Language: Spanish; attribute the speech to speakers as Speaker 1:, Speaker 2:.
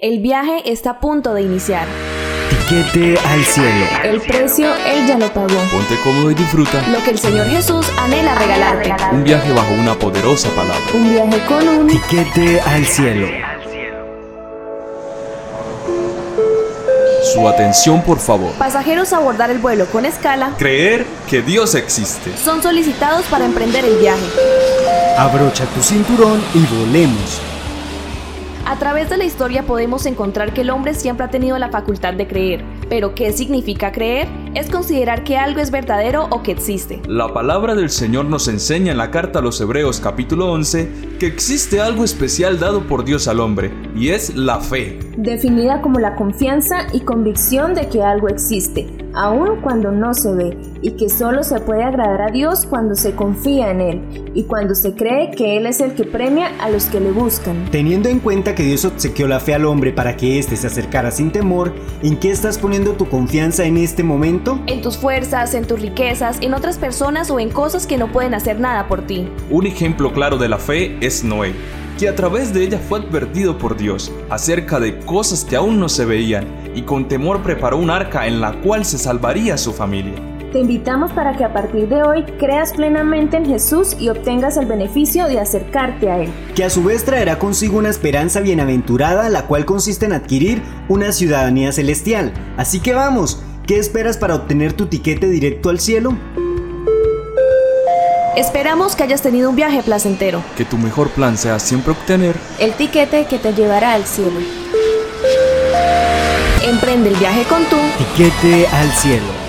Speaker 1: El viaje está a punto de iniciar.
Speaker 2: Tiquete al cielo.
Speaker 1: El precio él ya lo pagó.
Speaker 3: Ponte cómodo y disfruta
Speaker 1: Lo que el Señor Jesús anhela regalarte.
Speaker 3: un viaje bajo una poderosa palabra.
Speaker 1: Un viaje con un...
Speaker 2: Tiquete al cielo.
Speaker 3: Su atención, por favor.
Speaker 1: Pasajeros a abordar el vuelo con escala
Speaker 3: Creer que Dios existe.
Speaker 1: son solicitados para emprender el viaje.
Speaker 2: Abrocha tu cinturón y volemos.
Speaker 1: A través de la historia podemos encontrar que el hombre siempre ha tenido la facultad de creer, pero ¿qué significa creer? Es considerar que algo es verdadero o que existe.
Speaker 3: La palabra del Señor nos enseña en la carta a los Hebreos capítulo 11 que existe algo especial dado por Dios al hombre, y es la fe.
Speaker 1: Definida como la confianza y convicción de que algo existe, aun cuando no se ve, y que solo se puede agradar a Dios cuando se confía en Él, y cuando se cree que Él es el que premia a los que le buscan.
Speaker 2: Teniendo en cuenta que Dios obsequió la fe al hombre para que éste se acercara sin temor, ¿en qué estás poniendo tu confianza en este momento?
Speaker 1: En tus fuerzas, en tus riquezas, en otras personas o en cosas que no pueden hacer nada por ti.
Speaker 3: Un ejemplo claro de la fe es Noé, que a través de ella fue advertido por Dios acerca de cosas que aún no se veían, y con temor preparó un arca en la cual se salvaría su familia.
Speaker 1: Te invitamos para que a partir de hoy creas plenamente en Jesús y obtengas el beneficio de acercarte a Él.
Speaker 2: que a su vez traerá consigo una esperanza bienaventurada, la cual consiste en adquirir una ciudadanía celestial. Así que vamos, ¿qué esperas para obtener tu tiquete directo al cielo?
Speaker 1: Esperamos que hayas tenido un viaje placentero,
Speaker 3: Que tu mejor plan sea siempre obtener
Speaker 1: el tiquete que te llevará al cielo. Emprende el viaje con tú.
Speaker 2: Tiquete al cielo.